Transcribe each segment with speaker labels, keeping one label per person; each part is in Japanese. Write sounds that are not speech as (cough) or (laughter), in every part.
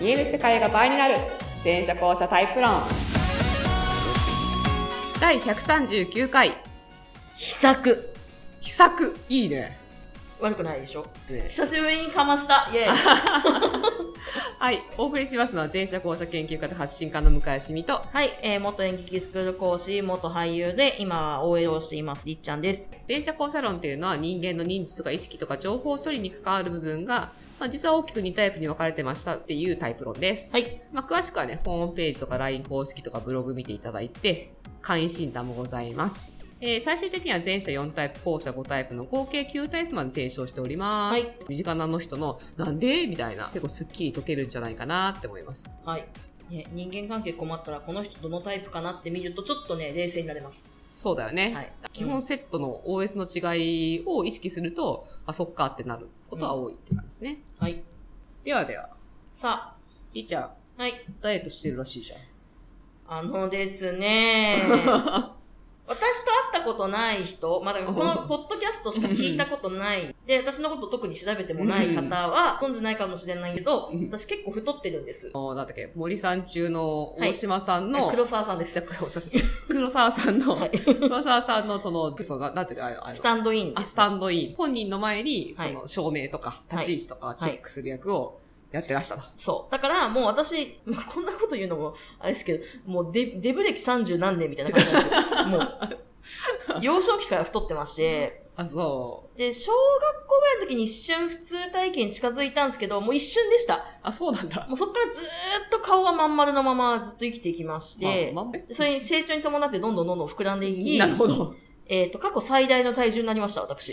Speaker 1: 見える世界が倍になる全車交差タイプ論第139回
Speaker 2: 秘策。
Speaker 1: 秘策いいね
Speaker 2: 悪くないでしょ久しぶりにかました。 (laughs) イェイ。
Speaker 1: はいお送りしますのは全社交差研究家で発信家の向井しみと
Speaker 2: はい、えー、元演劇スクール講師、元俳優で、今は OL をしています、りっちゃんです。
Speaker 1: 電車交差論っていうのは人間の認知とか意識とか情報処理に関わる部分が、まあ、実は大きく2タイプに分かれてましたっていうタイプ論です。
Speaker 2: はい。
Speaker 1: まあ、詳しくはね、ホームページとか LINE 公式とかブログ見ていただいて、会員診断もございます。えー最終的には全社4タイプ、後者5タイプの合計9タイプまで提唱しております。
Speaker 2: はい
Speaker 1: 身近なあの人の、なんでみたいな、結構スッキリ解けるんじゃないかなって思います。
Speaker 2: はい。ね、人間関係困ったら、この人どのタイプかなって見ると、ちょっとね、冷静になれます。
Speaker 1: そうだよね。
Speaker 2: はい。
Speaker 1: 基本セットの OS の違いを意識すると、あ、そっかってなることは多いって感じですね。
Speaker 2: はい。
Speaker 1: ではでは、
Speaker 2: さ
Speaker 1: りっちゃん、
Speaker 2: あ、はい。
Speaker 1: ダイエットしてるらしいじゃん。
Speaker 2: あのです (laughs) ね私と会ったことない人、まあだからこのポッドキャストしか聞いたことない、で、私のこと特に調べてもない方は、存じないかもしれないけど
Speaker 1: うん、
Speaker 2: 私結構太ってるんです。
Speaker 1: あのなんだっけ、森さん中の
Speaker 2: はい
Speaker 1: 大島さんの、 (laughs)
Speaker 2: 黒沢さんです。
Speaker 1: 黒沢さんの
Speaker 2: は、い
Speaker 1: 黒沢さんのその、そのなんていうの、あのあの
Speaker 2: (laughs) スタンドイン
Speaker 1: あ
Speaker 2: です
Speaker 1: スタンドイン。本人の前に、そ
Speaker 2: はい
Speaker 1: の、照明とか、立ち位置とかチェックする役をやってらしたと。
Speaker 2: そう。だから、もう私、もうこんなこと言うのも、あれですけど、もうデデブ歴30何年みたいな感じなんです
Speaker 1: (laughs)
Speaker 2: よ。もう、幼少期から太ってまして、
Speaker 1: あ、そ
Speaker 2: で、小学校ぐらいの時に一瞬普通体型に近づいたんですけど、もう一瞬でした。
Speaker 1: う。あ、そうなんだ。
Speaker 2: もうそっからずーっと顔はまん丸のままずっと生きていきまして、
Speaker 1: まあまんべ
Speaker 2: それに成長に伴ってどんどんどんどん膨らんでいき、
Speaker 1: なるほど。
Speaker 2: えっ、と、過去最大の体重になりました、私。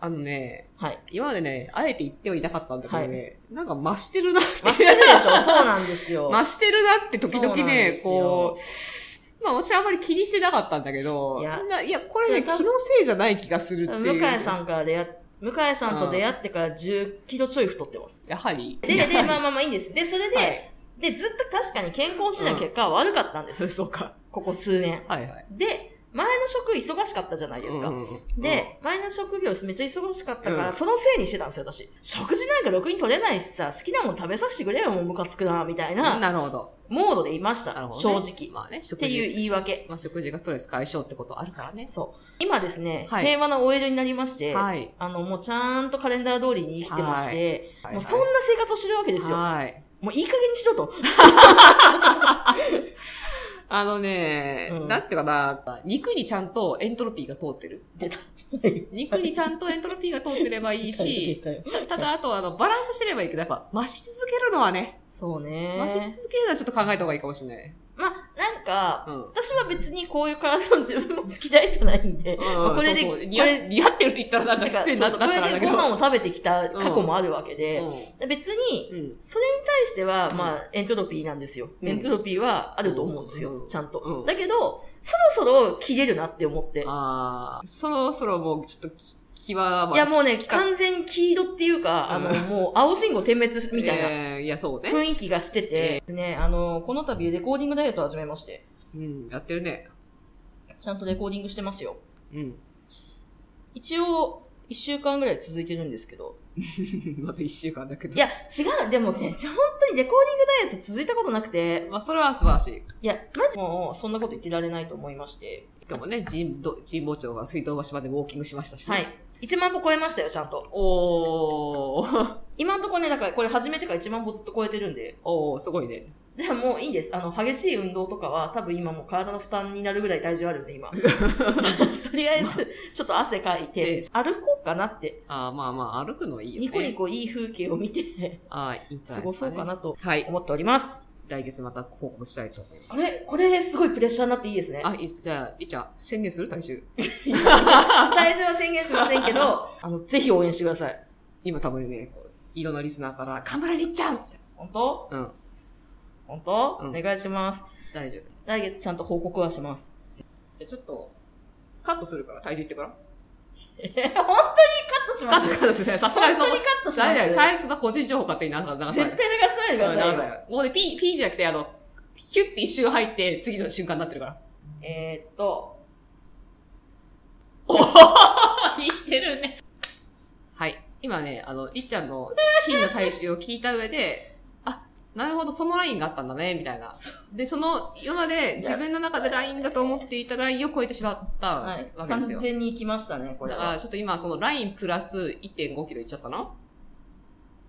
Speaker 1: あのね、 (laughs)
Speaker 2: はい。
Speaker 1: 今までね、あえて言ってはいなかったんだけどね、なんか増してるなって。
Speaker 2: 増してるでしょそうなんですよ。
Speaker 1: 増してるなって時々
Speaker 2: そうなんで
Speaker 1: ね、
Speaker 2: すよ
Speaker 1: こう、まあ私はあまり気にしてなかったんだけど、
Speaker 2: いや
Speaker 1: ないやこれね、
Speaker 2: いや多
Speaker 1: 気
Speaker 2: 分
Speaker 1: のせいじゃない気がするっていう。
Speaker 2: 向井さんから出会っ向井さんと出会ってから10キロちょい太ってます。
Speaker 1: やはり。
Speaker 2: で、で、まあまあまあいいんです。で、それで、
Speaker 1: はい
Speaker 2: で、ずっと確かに健康診断の結果は悪かったんで
Speaker 1: (laughs)
Speaker 2: す。
Speaker 1: そうか。
Speaker 2: ここ数年。
Speaker 1: はいはい。
Speaker 2: で、前の職忙しかったじゃないですか。
Speaker 1: うんうんうん、
Speaker 2: で、前の職業めっちゃ忙しかったから、
Speaker 1: うん
Speaker 2: そのせいにしてたんですよ、私。食事なんかろくに取れないしさ、好きなもの食べさせてくれよ、もうムカつくな、みたい
Speaker 1: うん、
Speaker 2: な、
Speaker 1: なるほど。
Speaker 2: モードでいました、
Speaker 1: なるほ
Speaker 2: 正
Speaker 1: どね、
Speaker 2: 直。
Speaker 1: まあね、
Speaker 2: っ
Speaker 1: 食
Speaker 2: ていう
Speaker 1: 事。
Speaker 2: 言い訳。
Speaker 1: まあ食事がストレス解消ってことあるからね。
Speaker 2: そう。今ですね、
Speaker 1: はい
Speaker 2: 平和な OL になりまして、
Speaker 1: はい。
Speaker 2: あの、もうちゃんとカレンダー通りに生きてまして、
Speaker 1: はい
Speaker 2: もうそんな生活をしてるわけですよ。
Speaker 1: はい。
Speaker 2: もういい加減にしろと。
Speaker 1: あのね、
Speaker 2: うん
Speaker 1: なんていうかな、肉にちゃんとエントロピーが通ってる。
Speaker 2: (laughs) 出た。
Speaker 1: 肉にちゃんとエントロピーが通ってればいいし、たただあとあの、バランスしてればいいけど、やっぱ増し続けるのはね、
Speaker 2: そうね。
Speaker 1: 増し続けるのはちょっと考えた方がいいかもしれない。
Speaker 2: まあ、なんか、
Speaker 1: うん。
Speaker 2: 私は別にこういう体の自分も好き嫌いじゃないんで、まあこれで、
Speaker 1: そうそう
Speaker 2: こ
Speaker 1: 似合
Speaker 2: れ、
Speaker 1: 似合ってるって言ったらなんか
Speaker 2: てか
Speaker 1: 失礼に
Speaker 2: そ
Speaker 1: な
Speaker 2: う
Speaker 1: っ
Speaker 2: そ
Speaker 1: た
Speaker 2: う
Speaker 1: か
Speaker 2: こ
Speaker 1: ら
Speaker 2: れ
Speaker 1: だけ
Speaker 2: で
Speaker 1: ど。
Speaker 2: ご飯を食べてきた過去もあるわけで、
Speaker 1: うん
Speaker 2: 別に、
Speaker 1: うん
Speaker 2: それに対しては、まあ、エントロピーなんですよ。
Speaker 1: うん
Speaker 2: エントロピーはあると思うんですよ、
Speaker 1: うん
Speaker 2: ちゃんと、
Speaker 1: うん
Speaker 2: だけど、そろそろ切れるなって思って。
Speaker 1: ああ、そろそろもうちょっとき気は、まあ
Speaker 2: いや、もうね、
Speaker 1: きか
Speaker 2: 完全に黄色っていうか、あの、
Speaker 1: うん
Speaker 2: もう青信号点滅みたいな
Speaker 1: えーいや、そうね。
Speaker 2: 雰囲気がしてて、ですね、あの、この度レコーディングダイエットを始めまして、
Speaker 1: うん、やってるね。
Speaker 2: ちゃんとレコーディングしてますよ。
Speaker 1: うん。 (laughs)
Speaker 2: 一応、一週間ぐらい続いてるんですけど。
Speaker 1: また一週間だけど。
Speaker 2: いや、違う、でもね、ちょ本当にレコーディングダイエット続いたことなくて、
Speaker 1: まあ、それは素晴らしい。
Speaker 2: いや、マジもう、そんなこと言ってられないと思いまして。
Speaker 1: しかもね、神ど神保町が水道橋までウォーキングしましたし、
Speaker 2: はい。。1万歩超えましたよ、ちゃんと。
Speaker 1: おー、 (laughs)
Speaker 2: 今のところね、だからこれ始めてから1万歩ずっと超えてるんで。
Speaker 1: おー、すごいね。
Speaker 2: じゃあもういいんです。あの、激しい運動とかは、多分今もう体の負担になるぐらい体重あるんで、 (laughs) 今。とりあえず、ちょっと汗かいて、歩こうかなって、
Speaker 1: あーまあまあ、歩くのはいいよね。
Speaker 2: ニコニコいい風景を (laughs) 見て、
Speaker 1: あーいいんじゃない
Speaker 2: 過
Speaker 1: で
Speaker 2: ご
Speaker 1: す
Speaker 2: そ
Speaker 1: か、
Speaker 2: う
Speaker 1: ね。
Speaker 2: かなと
Speaker 1: はい。
Speaker 2: 思っております。
Speaker 1: 来月また報告したいと思います。
Speaker 2: これ、これ、すごいプレッシャーになっていいですね。
Speaker 1: あ、いいっす。じゃあ、いっちゃん、宣言する体重。
Speaker 2: 体重は宣言しませんけど、あの、ぜひ応援してください。
Speaker 1: 今多分ね、こういろんなリスナーから、頑張れりっちゃんっつって。
Speaker 2: 本当
Speaker 1: うん。
Speaker 2: 本当、
Speaker 1: うん
Speaker 2: お願いします。
Speaker 1: 大丈夫。
Speaker 2: 来月ちゃんと報告はします。
Speaker 1: じゃあちょっと、カットするから、体重いってから。
Speaker 2: えー、本当にカットし
Speaker 1: カ
Speaker 2: ま
Speaker 1: ット、
Speaker 2: す
Speaker 1: (laughs) カットするね。さすが
Speaker 2: 本
Speaker 1: にそ
Speaker 2: 当
Speaker 1: こ
Speaker 2: に。カットしま
Speaker 1: 大丈夫。
Speaker 2: す
Speaker 1: 最初の個人情報勝手に流さない。
Speaker 2: 絶対流しないでください
Speaker 1: うん
Speaker 2: よ
Speaker 1: 流。さないもうね、ピー、ピーじゃなくて、あの、ヒュッて一瞬入って、次の瞬間になってるから。
Speaker 2: えー、っと、
Speaker 1: 言ってるね。はい。今ね、あの、りっちゃんの真の体重を聞いた上で、あ、なるほど、そのラインがあったんだね、みたいな。で、その、今まで自分の中でラインだと思っていたラインを超えてしまった
Speaker 2: は
Speaker 1: わけ
Speaker 2: い。
Speaker 1: で
Speaker 2: 完
Speaker 1: すよ。
Speaker 2: 全に行きましたね、これ
Speaker 1: だから、
Speaker 2: は。
Speaker 1: ちょっと今、そのラインプラス1.5キロいっちゃったの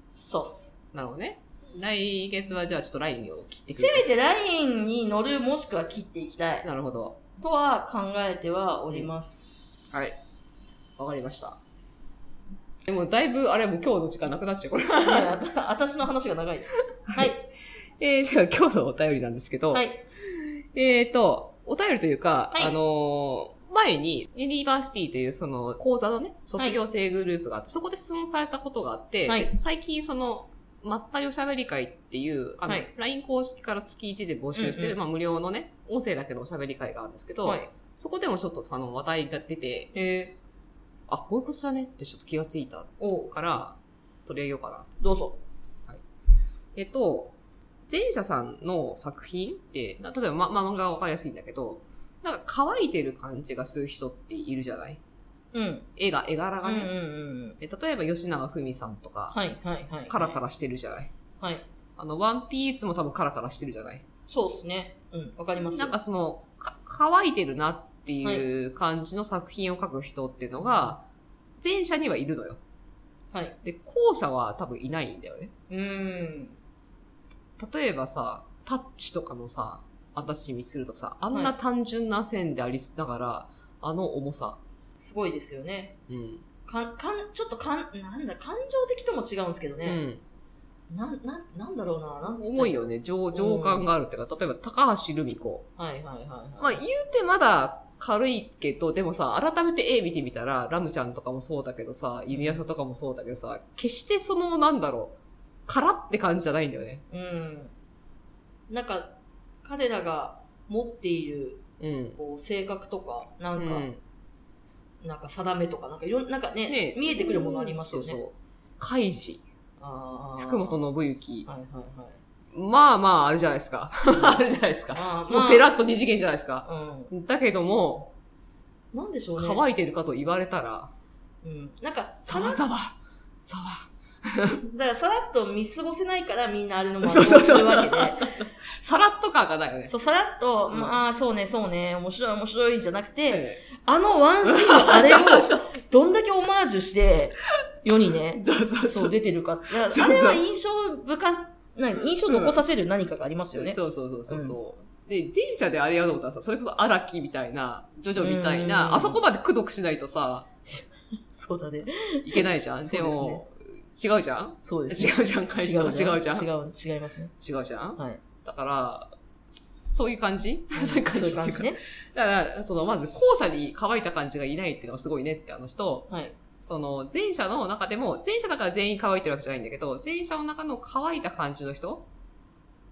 Speaker 2: そうっす。
Speaker 1: なるほどね。来月はじゃあちょっとラインを切ってく
Speaker 2: せめ
Speaker 1: る。
Speaker 2: てラインに乗る、もしくは切っていきたい。
Speaker 1: なるほど。
Speaker 2: とは考えてはおります。
Speaker 1: はい。わかりました。でもだいぶ、あれもう今日の時間なくなっちゃう、これ。
Speaker 2: いやあた私の話が長い。はい。
Speaker 1: えー、では今日のお便りなんですけど、
Speaker 2: はい。
Speaker 1: えーと、お便りというか、
Speaker 2: はい
Speaker 1: あのー前に、ユニバーシティというその講座のね、卒業生グループがあって、そこで質問されたことがあって、
Speaker 2: はい
Speaker 1: で最近その、まったりおしゃべり会っていう、あの、
Speaker 2: はい
Speaker 1: LINE 公式から月1で募集してる、
Speaker 2: うんうん
Speaker 1: まあ無料のね、音声だけのおしゃべり会があるんですけど、
Speaker 2: はい。
Speaker 1: そこでもちょっとその話題が出て、
Speaker 2: え
Speaker 1: あ、こういうことだねってちょっと気がついたから、取り上げようかな。
Speaker 2: ー、どうぞ。
Speaker 1: えっと、前者さんの作品って、な例えば、ま、ま漫画はわかりやすいんだけど、なんか乾いてる感じがする人っているじゃない
Speaker 2: うん。
Speaker 1: 絵が、絵柄
Speaker 2: う
Speaker 1: が
Speaker 2: んうん
Speaker 1: ね。
Speaker 2: うんうん。
Speaker 1: で例えば、吉永文さんとか、
Speaker 2: はいはいはい。
Speaker 1: カラカラしてるじゃない
Speaker 2: ラ。はい。
Speaker 1: あの、ワンピースも多分カラカラしてるじゃない
Speaker 2: そうですね。うん。わかります。
Speaker 1: なんかその、か乾いてるなっていう感じの作品を描く人っていうのが、前者にはいるのよ。
Speaker 2: はい。
Speaker 1: で、後者は多分いないんだよね。
Speaker 2: うーん。
Speaker 1: 例えばさ、タッチとかのさ、私にするとかさ、あんな単純な線でありながら、あの重さ。
Speaker 2: すごいですよね。
Speaker 1: うん。
Speaker 2: かん、かん、ちょっとかん、なんだ、感情的とも違うんですけど
Speaker 1: う
Speaker 2: ね。
Speaker 1: ん。
Speaker 2: なん、なん、なんだろうな、なんつったら
Speaker 1: 重いよ。ね。情、情感があるっていうか、例えば高橋留美子。
Speaker 2: はいはいはいはい。
Speaker 1: まあ言うてまだ軽いけど、でもさ、改めて絵見てみたら、ラムちゃんとかもそうだけどさ、弓矢さんとかもそうだけどさ、決してその、なんだろう、空って感じじゃないんだよね。
Speaker 2: うん。なんか、彼らが持っている、
Speaker 1: うん。
Speaker 2: こう、性格とか、な
Speaker 1: うん
Speaker 2: か、
Speaker 1: ん。
Speaker 2: なんか定めとか、なんかいろんなんかね見えてくるものありますよね。
Speaker 1: そうそう。カイジ、
Speaker 2: あー
Speaker 1: 福本信之。
Speaker 2: はいはいはい。
Speaker 1: まあまあ、あれじゃないですか。あれじゃないですか。
Speaker 2: あーま
Speaker 1: もうペラッと二次元じゃないですか。
Speaker 2: あ、
Speaker 1: だけども、
Speaker 2: うん。なんでしょうね。
Speaker 1: 乾いてるかと言われたら、
Speaker 2: うん。なんか、
Speaker 1: ざ
Speaker 2: さら
Speaker 1: わ
Speaker 2: だ
Speaker 1: ざわ、ざわ。
Speaker 2: からさらっと見過ごせないからみんなあれのま
Speaker 1: そうそうそう
Speaker 2: するわけで。
Speaker 1: さらっと感がないよね。
Speaker 2: そう、さらっと、
Speaker 1: うん
Speaker 2: まああー、そうね、そうね、面白い、面白いんじゃなくて、
Speaker 1: ええ
Speaker 2: あのワンシーンのあれを
Speaker 1: そうそう
Speaker 2: どんだけオマージュして、世にね、
Speaker 1: そうそうそ
Speaker 2: そう
Speaker 1: う。
Speaker 2: 出てるか。だから
Speaker 1: そう
Speaker 2: あれは印象深、なん印象残させる何かがありますよね。
Speaker 1: そうそうそうそうそう。で、前者であれやろうと思ったらさ、それこそ荒木みたいな、ジョジョみたい
Speaker 2: うん
Speaker 1: な、あそこまで苦読しないとさ、
Speaker 2: そうだね。
Speaker 1: いけないじゃん。
Speaker 2: そ
Speaker 1: で
Speaker 2: うですね
Speaker 1: も、違うじゃん
Speaker 2: そうですね。
Speaker 1: 違うじゃん会社とか違うじゃん
Speaker 2: 違う、違いますね。
Speaker 1: 違うじゃん
Speaker 2: はい。
Speaker 1: だから、そういう (laughs) 感じ (laughs) そういう感じっていうか。
Speaker 2: ね。
Speaker 1: だから、その、まず、後者に乾いた感じがいないっていうのがすごいねって話と、
Speaker 2: はい。
Speaker 1: その、前者の中でも、前者だから全員乾いてるわけじゃないんだけど、前者の中の乾いた感じの人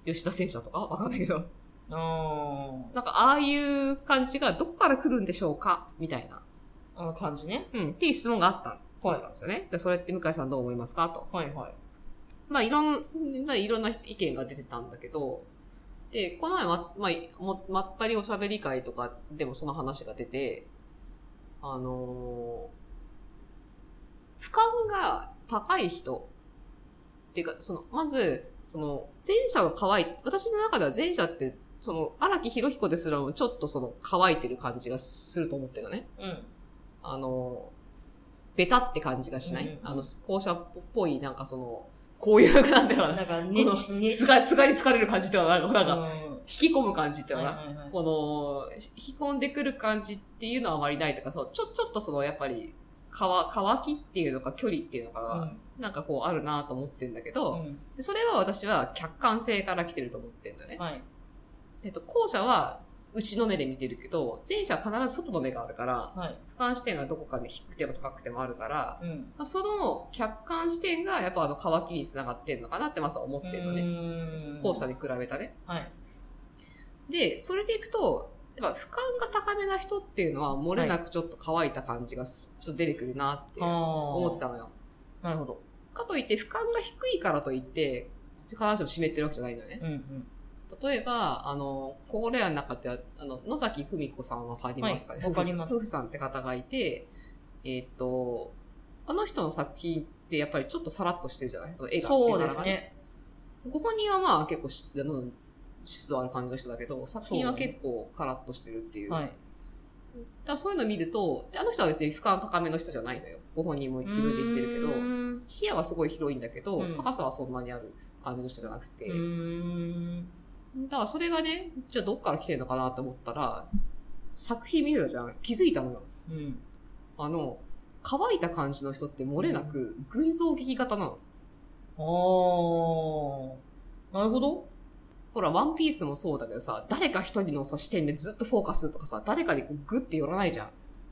Speaker 1: 吉田戦車とかわかんないけど。
Speaker 2: あ
Speaker 1: なんか、ああいう感じがどこから来るんでしょうかみたいな。
Speaker 2: ーあの感じね。
Speaker 1: うん、っていう質問があった。
Speaker 2: はい
Speaker 1: なんですよね。で、それって向井さんどう思いますかと。
Speaker 2: はいはい。
Speaker 1: まあ、いろんな、いろんな意見が出てたんだけど、で、この前ま、まあ、もまったりおしゃべり会とかでもその話が出て、あのー俯瞰が高い人、っていうか、その、まず、その、前者が乾い、私の中では前者って、その、荒木博彦ですらもちょっとその、乾いてる感じがすると思ってるのね。
Speaker 2: うん。
Speaker 1: あの、ベタって感じがしない、
Speaker 2: うんうんうん
Speaker 1: あの、校舎っぽい、なんかその、こういう、なんだろう
Speaker 2: な
Speaker 1: な。
Speaker 2: んか、ね
Speaker 1: この
Speaker 2: ち、ね
Speaker 1: すが、すがり疲れる感じではなんか、なんか、
Speaker 2: うん
Speaker 1: 引き込む感じっていうのかな
Speaker 2: はいはいはい
Speaker 1: この、引き込んでくる感じっていうのはあまりないとか、そう、ちょ、ちょっとその、やっぱり、乾、乾きっていうのか、距離っていうのかが、なんかこう、あるなと思ってんだけ
Speaker 2: う
Speaker 1: ど、
Speaker 2: んうん
Speaker 1: でそれは私は客観性から来てると思ってんだよね。
Speaker 2: はい。
Speaker 1: えっと、後者は、内の目で見てるけど、前者は必ず外の目があるから、
Speaker 2: はい。
Speaker 1: 俯瞰視点がどこかで低くても高くてもあるから、
Speaker 2: うん。
Speaker 1: まあその客観視点がやっぱあの乾きにつながってんのかなってまさ思ってるのね。
Speaker 2: ね
Speaker 1: 後者に比べたね。
Speaker 2: はい。
Speaker 1: で、それでいくと、やっぱ俯瞰が高めな人っていうのは漏れなくちょっと乾いた感じがすちょっと出てくるなって思
Speaker 2: 思
Speaker 1: ってたのよ。
Speaker 2: た。なるほど。
Speaker 1: かといって俯瞰が低いからといって、必ずしも湿ってるわけじゃないのよね。
Speaker 2: うんうん。
Speaker 1: 例えば、あの、これらの中では、あの、野崎文子さんわかりますかね
Speaker 2: はいわかります
Speaker 1: 夫婦さんって方がいて、えーっと、あの人の作品ってやっぱりちょっとさらっとしてるじゃない絵が。
Speaker 2: そうで
Speaker 1: 絵柄
Speaker 2: す
Speaker 1: が。
Speaker 2: ね。
Speaker 1: ここにはまあ結構し、あの、湿度ある感じの人だけど、作品は結構カラッとしてるっていう。
Speaker 2: はい。
Speaker 1: だからそういうの見ると、であの人は別に俯瞰高めの人じゃないのよ。ご本人も自分で言ってるけど、
Speaker 2: うーん
Speaker 1: 視野はすごい広いんだけど、
Speaker 2: うん
Speaker 1: 高さはそんなにある感じの人じゃなくて、
Speaker 2: うーん。
Speaker 1: だからそれがね、じゃあどっから来てんのかなと思ったら、作品見てたじゃん。気づいたのよ。
Speaker 2: うん。
Speaker 1: あの、乾いた感じの人って漏れなく、群像劇型なの。
Speaker 2: あー。なるほど。
Speaker 1: ほら、ワンピースもそうだけどさ、誰か一人のさ、視点でずっとフォーカスとかさ、誰かにこうグッて寄らないじゃ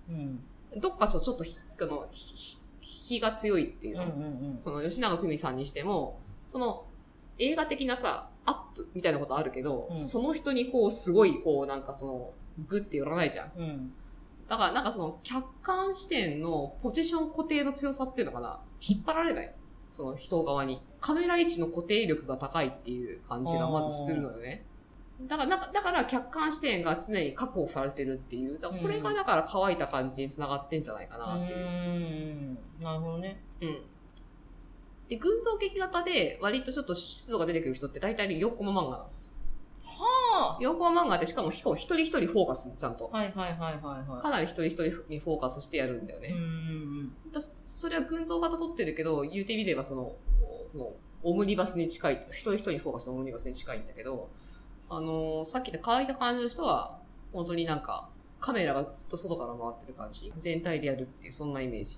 Speaker 2: うん。
Speaker 1: ん。どっかちょちょっとひ、あの、ひひひが強いっていううん
Speaker 2: う
Speaker 1: の。
Speaker 2: んうん。
Speaker 1: その、吉永久美さんにしても、その、映画的なさ、アップみたいなことあるけど、
Speaker 2: うん
Speaker 1: その人にこう、すごい、こう、なんかその、グッて寄らないじゃん。
Speaker 2: うん。
Speaker 1: だから、なんかその、客観視点のポジション固定の強さっていうのかな、引っ張られない。その人側に。カメラ位置の固定力が高いっていう感じがまずするのよね。だから、なんか、だから客観視点が常に確保されてるっていう。だからこれがだから乾いた感じに繋がってんじゃないか
Speaker 2: う
Speaker 1: なっていう。
Speaker 2: ーん。なるほどね。
Speaker 1: うん。で、群像劇型で割とちょっと湿度が出てくる人って大体ね、4コマ漫画なの。
Speaker 2: は
Speaker 1: 4コマ漫画ってしかもしかも一人一人フォーカス、ちゃんと。
Speaker 2: あ。はいはいはいはいは
Speaker 1: かなり一人一人にフォーカスしてやるんだよね。
Speaker 2: い。うんうん
Speaker 1: だそれは群像型取ってるけど、言うてみればその、そのオムニバスに近い、一人一人にフォーカスのオムニバスに近いんだけど、あのーさっきの乾いた感じの人は、本当になんか、カメラがずっと外から回ってる感じ。全体でやるっていう、そんなイメージ。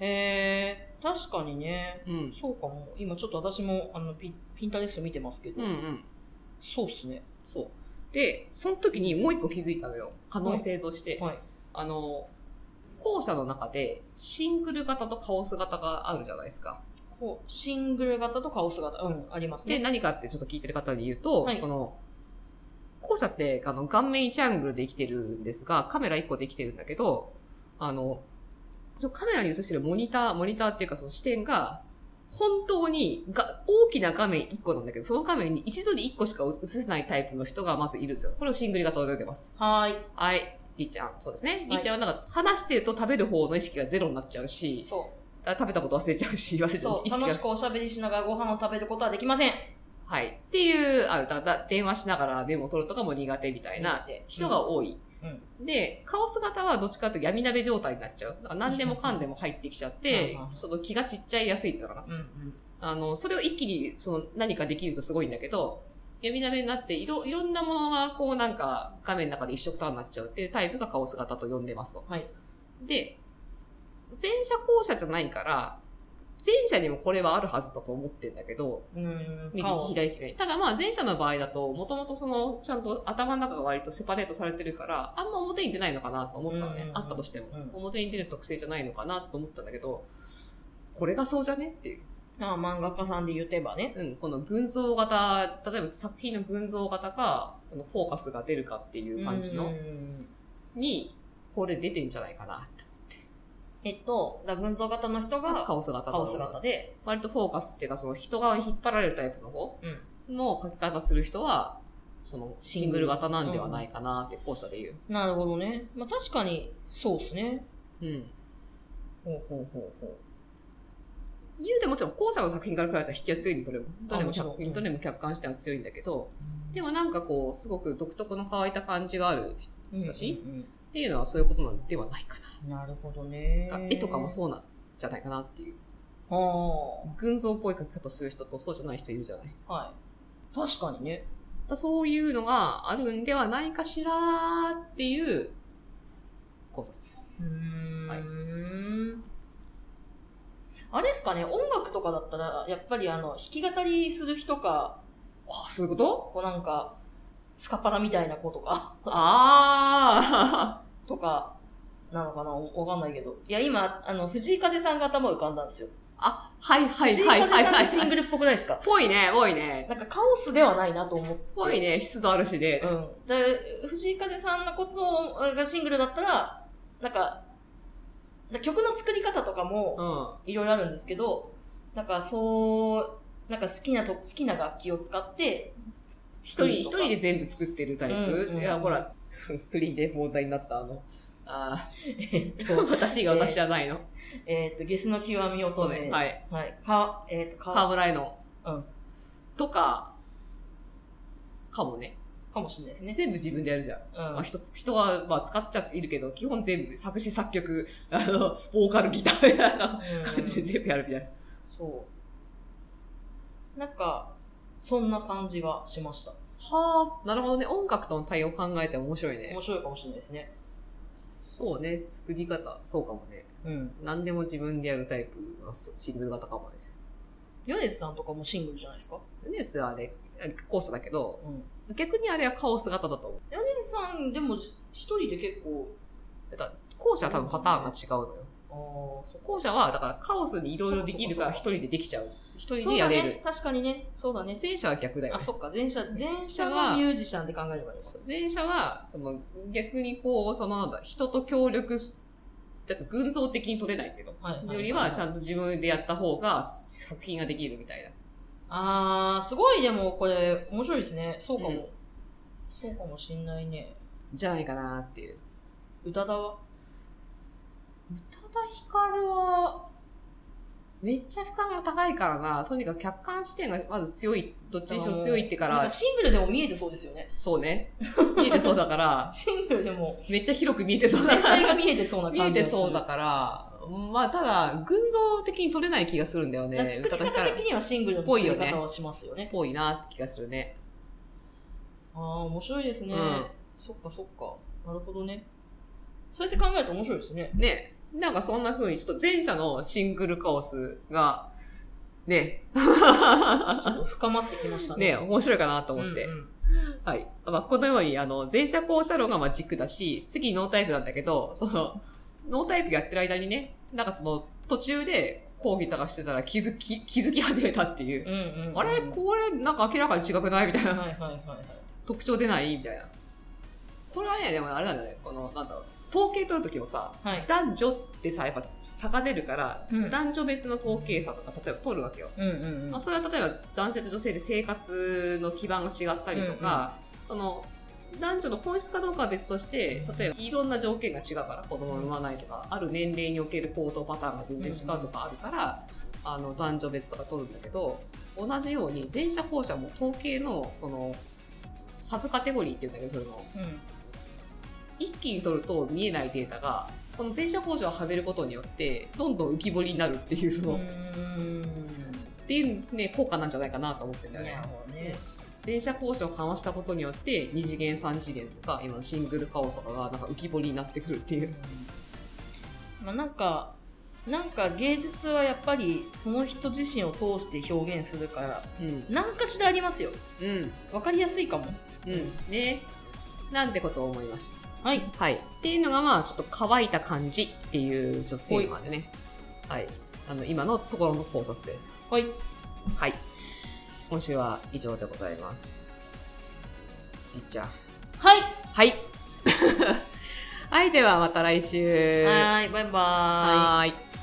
Speaker 2: うん。へー。確かにね。
Speaker 1: うん。
Speaker 2: そうかも。今ちょっと私も、あの、ピピンタレスト見てますけど。
Speaker 1: うんうん。
Speaker 2: そうっすね。
Speaker 1: そう。で、その時にもう一個気づいたのよ。可能性として。
Speaker 2: はい。
Speaker 1: あのー、校舎の中で、シングル型とカオス型があるじゃないですか。
Speaker 2: こう、シングル型とカオス型。うん、あります
Speaker 1: で、
Speaker 2: ね。
Speaker 1: 何かってちょっと聞いてる方に言うと、
Speaker 2: はい
Speaker 1: その、校舎って、あの、顔面1アングルで生きてるんですが、カメラ1個で生きてるんだけど、あの、そのカメラに映してるモニター、モニターっていうかその視点が、本当にが、大きな画面1個なんだけど、その画面に一度に1個しか映せないタイプの人がまずいるんですよ。これをシングル型で出てます。
Speaker 2: はー
Speaker 1: はい。りっちゃん。そうですね。
Speaker 2: い
Speaker 1: りっちゃんはなんか、話してると食べる方の意識がゼロになっちゃう
Speaker 2: い。
Speaker 1: し、
Speaker 2: そう。
Speaker 1: あ食べたこと忘れちゃうし、忘れちゃう
Speaker 2: そ。
Speaker 1: 意
Speaker 2: う、
Speaker 1: 識が
Speaker 2: 楽しくおしゃべりしながらご飯を食べることはできません。
Speaker 1: はい。っていう、ある、だ、だ、電話しながらメモ取るとかも苦手みたいな人が多い。
Speaker 2: うん
Speaker 1: で、カオス型はどっちかというと闇鍋状態になっちゃう。だから何でもかんでも入ってきちゃって
Speaker 2: うんう、ん
Speaker 1: その気がちっちゃいやすいっていうのかな。
Speaker 2: うんうん。
Speaker 1: あの、それを一気に、その何かできるとすごいんだけど、闇鍋になって、いろ、いろんなものが、こうなんか、画面の中で一色単になっちゃうっていうタイプがカオス型と呼んでますと。
Speaker 2: はい。
Speaker 1: で、前者後者じゃないから、前者にもこれはあるはずだと思ってんだけど、
Speaker 2: うん
Speaker 1: 右利き左利きがいいただまあ前者の場合だと、もともとその、ちゃんと頭の中が割とセパレートされてるから、あんま表に出ないのかなと思ったの
Speaker 2: うんうん
Speaker 1: ね
Speaker 2: う。ん
Speaker 1: あったとしても
Speaker 2: うん。
Speaker 1: 表に出る特性じゃないのかなと思ったんだけど、これがそうじゃねっていう。
Speaker 2: ああ漫画家さんで言ってばね。
Speaker 1: うん、この群像型、例えば作品の群像型か、このフォーカスが出るかっていう感じ
Speaker 2: う
Speaker 1: の、
Speaker 2: ん
Speaker 1: に、これ出てんじゃないかなって。
Speaker 2: えっと、だ群像型の人
Speaker 1: カ
Speaker 2: が
Speaker 1: オス型だ
Speaker 2: カ
Speaker 1: ろう
Speaker 2: オ
Speaker 1: な
Speaker 2: ス型で、
Speaker 1: 割とフォーカスっていうか、その人側に引っ張られるタイプの方の書き方する人は、そのシングル型なんではないかなって、校舎で言う。
Speaker 2: なるほどね。まあ確かに、そうですね。
Speaker 1: うん。
Speaker 2: ほうほうほうほ
Speaker 1: 言うてもちろん後者の作品から比べたら引きは強いんでどれも。どれも
Speaker 2: も
Speaker 1: 作
Speaker 2: ちろ
Speaker 1: 品、
Speaker 2: ん
Speaker 1: どれも客観視点は強いんだけど、
Speaker 2: う。
Speaker 1: でもなんかこう、すごく独特の乾いた感じがある
Speaker 2: うん、うん
Speaker 1: 私
Speaker 2: う
Speaker 1: っていうのはそういうことなんではないか
Speaker 2: んなるほどね
Speaker 1: な。。絵とかもそうなんじゃないかなっていう。
Speaker 2: う。あ
Speaker 1: 群像っぽい描き方する人とそうじゃない人いるじゃない。だか
Speaker 2: あ、はい。確かにね。
Speaker 1: らそういうのがあるんではないかしらーっていう考察です。
Speaker 2: うーん
Speaker 1: はい
Speaker 2: あれですかね、音楽とかだったら、やっぱりあの、弾き語りする人か、
Speaker 1: ああ、そういう
Speaker 2: (laughs)
Speaker 1: こと
Speaker 2: こうなんか、スカパラみたいな子とか、
Speaker 1: あ
Speaker 2: とか、なのかなわわかんないけど。いや、今、あの、藤井風さんが頭浮かんだんですよ。
Speaker 1: あ。 (laughs) あ、はいはい
Speaker 2: 藤井
Speaker 1: はい
Speaker 2: 風
Speaker 1: はい
Speaker 2: さんっ
Speaker 1: は
Speaker 2: てシン
Speaker 1: い。
Speaker 2: グルっぽくないですか
Speaker 1: ぽいね、ぽいね。
Speaker 2: なんかカオスではないなと思って。
Speaker 1: ぽいね、湿度あるしね。
Speaker 2: うん。で、藤井風さんのことがシングルだったら、なんか、曲の作り方とかも、
Speaker 1: うん。
Speaker 2: いろいろあるんですけど、なんかそう、なんか好きなと、好きな楽器を使って、
Speaker 1: 一人、一人で全部作ってるタイプ、
Speaker 2: うんうん
Speaker 1: いや、ほら、不倫で問題になったあの、あ
Speaker 2: えっ
Speaker 1: ー (laughs)
Speaker 2: と、
Speaker 1: 私が私じゃないの。
Speaker 2: えっと、ゲスの極み
Speaker 1: ご
Speaker 2: 乙
Speaker 1: めん
Speaker 2: 女。。
Speaker 1: はいい。
Speaker 2: はい。か、えっと、
Speaker 1: 河
Speaker 2: か、
Speaker 1: 村への。
Speaker 2: うん
Speaker 1: とか、かもね。
Speaker 2: かもしれないですね。
Speaker 1: 全部自分でやるじゃん。
Speaker 2: う
Speaker 1: まあ、
Speaker 2: ん。
Speaker 1: 人つ人は、まあ、使っちゃいるけど、基本全部、作詞作曲、あの、ボーカル、ギターみたいな
Speaker 2: う
Speaker 1: 感
Speaker 2: ん
Speaker 1: じで全部やるみたいな。
Speaker 2: そう。なんか、そんな感じがしました。
Speaker 1: はあ、なるほどね。音楽との対応を考えても面白いね
Speaker 2: 面。白いかもしれないですね。
Speaker 1: そうね。作り方、そうかもね。
Speaker 2: うん。
Speaker 1: 何でも自分でやるタイプのシングル型かもね。
Speaker 2: ヨネスさんとかもシングルじゃないですか
Speaker 1: ヨネスはね、コースだけど、
Speaker 2: うん。
Speaker 1: 逆にあれはカオス型だと思う。
Speaker 2: ヨネスさん、でもじ一人で結構、
Speaker 1: だから後者は多分パターンが違うのよ。
Speaker 2: ああ、そ
Speaker 1: 後者は、だからカオスにいろいろできるから
Speaker 2: そう
Speaker 1: 一
Speaker 2: か
Speaker 1: 人でできちゃう。一人
Speaker 2: そう
Speaker 1: で
Speaker 2: だ
Speaker 1: やれる。
Speaker 2: ね。確かにね。そうだね。
Speaker 1: 前者は逆だよ
Speaker 2: あ、
Speaker 1: ね。
Speaker 2: そっか。前者、前者はミュージシャンで考えればいいのか。
Speaker 1: 前者は、その、逆にこう、そのなんだ、人と協力し、だから群像的に取れないけど、
Speaker 2: はいいい
Speaker 1: よりはちゃんと自分でやった方が作品ができるみたいな。
Speaker 2: あー、すごいでもこれ面白いですね。そうかも。
Speaker 1: うん
Speaker 2: そうかもしんないね。
Speaker 1: じゃないかなっていう。
Speaker 2: 宇多田は
Speaker 1: 宇多田ヒカルは、めっちゃ深みが高いからな、とにかく客観視点がまず強い、どっちにしろ強いってか
Speaker 2: なん
Speaker 1: ら、
Speaker 2: シングルでも見えてそうですよね。
Speaker 1: そう (laughs) ね。見えてそうだから、
Speaker 2: シングルでも
Speaker 1: めっちゃ広く見えてそうだ
Speaker 2: 全
Speaker 1: から
Speaker 2: 体。が見えてそうな
Speaker 1: 見え
Speaker 2: 感じ
Speaker 1: て
Speaker 2: がする。
Speaker 1: そうだから、まあただ、群像的に取れない気がするんだよ
Speaker 2: だから
Speaker 1: ね。
Speaker 2: 作
Speaker 1: ヒカ
Speaker 2: り方
Speaker 1: ルっ
Speaker 2: 的にはシングルの作り方はしますよね。
Speaker 1: ぽいなって気がするね。
Speaker 2: あー、面白いですね。
Speaker 1: うん
Speaker 2: そっかそっか。なるほどね。そうやって考えると面白いですね。
Speaker 1: ね、なんかそんな風に、ちょっと前者のシングルカオスが、ね、
Speaker 2: ちょっと深まってきましたね。
Speaker 1: ね、面白いかなと思って。
Speaker 2: うんうん
Speaker 1: はい。まあ、このように、あの、前者後者論がまあ軸だし、次ノータイプなんだけど、その、ノータイプやってる間にね、なんかその、途中で講義とかしてたら気づき、気づき始めたっていう。
Speaker 2: うんうんうん
Speaker 1: あれこれ、なんか明らかに違くないみたい
Speaker 2: はい
Speaker 1: な。
Speaker 2: はいはいはい。
Speaker 1: 特徴出ないみたいな。これはね、でもあれなんだね、この、なんだろう、統計取るときもさ、
Speaker 2: はい。
Speaker 1: 男女ってさ、やっぱ差が出るから、
Speaker 2: うん
Speaker 1: 男女別の統計差とか、例えば取るわけよ。
Speaker 2: うんうんうん
Speaker 1: まあ、。それは例えば男性と女性で生活の基盤が違ったりとか、その、男女の本質かどうかは別として、例えばいろんな条件が違うから、子供を産まないとか、ある年齢における行動パターンが全然違うとかあるから、あの、男女別とか取るんだけど、同じように前者後者も統計の、その、サブカテゴリーって言うんだけど、それも、
Speaker 2: うん
Speaker 1: 一気に取ると見えないデータが、この前者後者をはめることによって、どんどん浮き彫りになるっていう、その、
Speaker 2: う
Speaker 1: っ
Speaker 2: ーん
Speaker 1: ていうね、効果なんじゃないかなと思ってんだよね
Speaker 2: なる。ほどね。
Speaker 1: 前者後者を緩和したことによって、二次元三次元とか、今のシングルカオスとかがなんか浮き彫りになってくるっていう。
Speaker 2: まあ、なんかなんか芸術はやっぱりその人自身を通して表現するから
Speaker 1: うん。
Speaker 2: 何かしらありますよ
Speaker 1: うん。
Speaker 2: わかりやすいかも
Speaker 1: うん。ね。なんてことを思いました。
Speaker 2: はい
Speaker 1: はい。っていうのが、まあ、ちょっと乾いた感じっていう、ちょっとテーマでね。はい。あの、今のところの考察です。
Speaker 2: はい
Speaker 1: はい。今週は以上でございます。りっちゃん。
Speaker 2: はい
Speaker 1: (laughs) はい。はい、ではまた来週。
Speaker 2: はーいバイバーイ
Speaker 1: はーい